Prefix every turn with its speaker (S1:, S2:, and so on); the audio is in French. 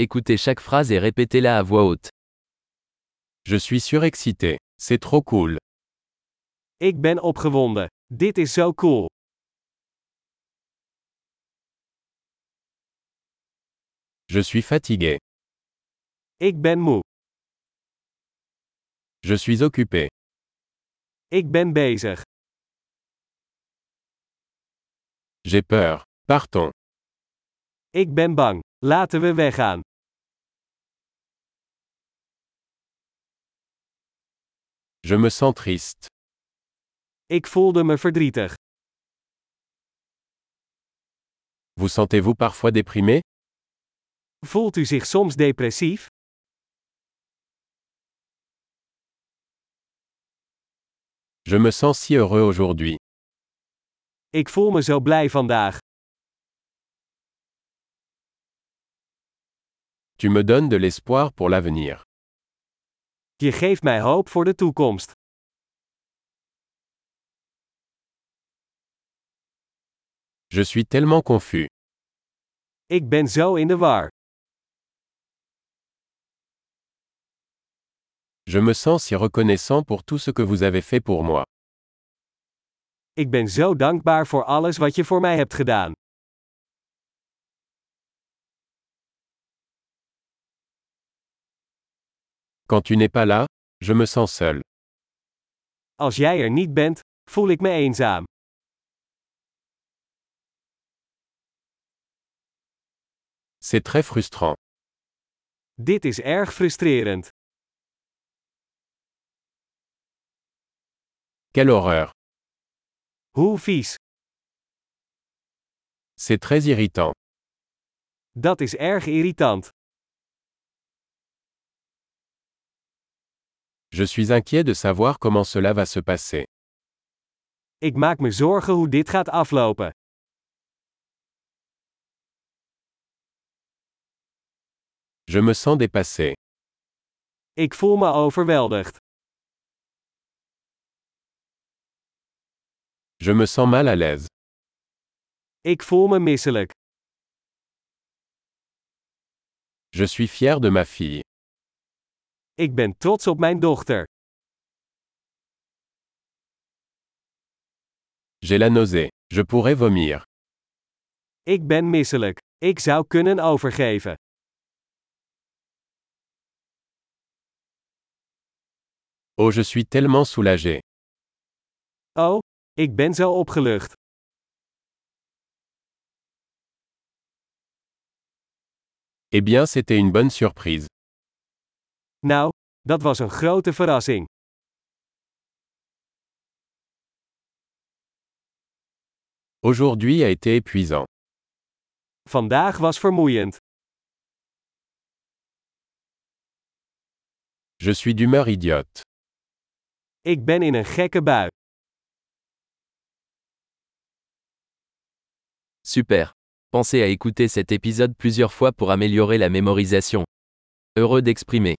S1: Écoutez chaque phrase et répétez-la à voix haute.
S2: Je suis surexcité. C'est trop cool.
S3: Ik ben opgewonden. Dit is zo cool.
S2: Je suis fatigué.
S3: Ik ben moe.
S2: Je suis occupé.
S3: Ik ben bezig.
S2: J'ai peur. Partons.
S3: Ik ben bang. Laten we weggaan.
S2: Je me sens triste.
S3: Ik voelde me verdrietig.
S2: Vous sentez-vous parfois déprimé
S3: Voelt u zich soms depressief?
S2: Je me sens si heureux aujourd'hui.
S3: Ik voel me zo blij vandaag.
S2: Tu me donnes de l'espoir pour l'avenir.
S3: Je geeft mij hoop voor de toekomst.
S2: Je suis tellement confus.
S3: Ik ben zo in de war.
S2: Je me sens si reconnaissant pour tout ce que vous avez fait pour moi.
S3: Ik ben zo dankbaar voor alles wat je voor mij hebt gedaan.
S2: Quand tu n'es pas là, je me sens seul.
S3: Als jij er niet bent, voel ik me eenzaam.
S2: C'est très frustrant.
S3: Dit is erg frustrerend.
S2: Quelle horreur.
S3: Hoe vies.
S2: C'est très irritant.
S3: Dat is erg irritant.
S2: Je suis inquiet de savoir comment cela va se passer.
S3: Ik maak me zorgen hoe dit gaat aflopen.
S2: Je me sens dépassé.
S3: Ik voel me overweldigd.
S2: Je me sens mal à l'aise.
S3: Ik voel me misselijk.
S2: Je suis fier de ma fille.
S3: Ik ben trots op mijn dochter.
S2: J'ai la nausée. Je pourrais vomir.
S3: Ik ben misselijk. Ik zou kunnen overgeven.
S2: Oh, je suis tellement soulagé.
S3: Oh, ik ben zo opgelucht.
S2: Eh bien, c'était une bonne surprise.
S3: Nou, dat was een grote verrassing.
S2: Aujourd'hui a été épuisant.
S3: Vandaag was vermoeiend.
S2: Je suis d'humeur idiote.
S3: Ik ben in een gekke bui.
S1: Super. Pensez à écouter cet épisode plusieurs fois pour améliorer la mémorisation. Heureux d'exprimer.